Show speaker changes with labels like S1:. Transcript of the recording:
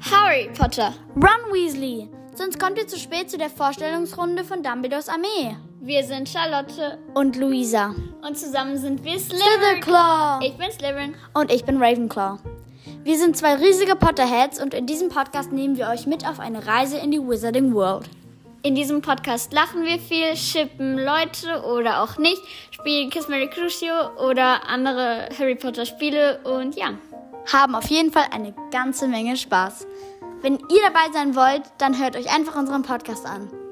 S1: Harry Potter.
S2: Run, Weasley! Sonst kommt ihr zu spät zu der Vorstellungsrunde von Dumbledores Armee.
S1: Wir sind Charlotte
S2: Und Luisa.
S1: und zusammen sind wir Slytherin.
S2: Slytherin!
S1: Ich bin Slytherin.
S2: Und ich bin Ravenclaw. Wir sind zwei riesige Potterheads und in diesem Podcast nehmen wir euch mit auf eine Reise in die Wizarding World.
S1: In diesem Podcast lachen wir viel, schippen Leute oder auch nicht, spielen Kiss Mary Crucio oder andere Harry Potter Spiele und ja.
S2: Haben auf jeden Fall eine ganze Menge Spaß. Wenn ihr dabei sein wollt, dann hört euch einfach unseren Podcast an.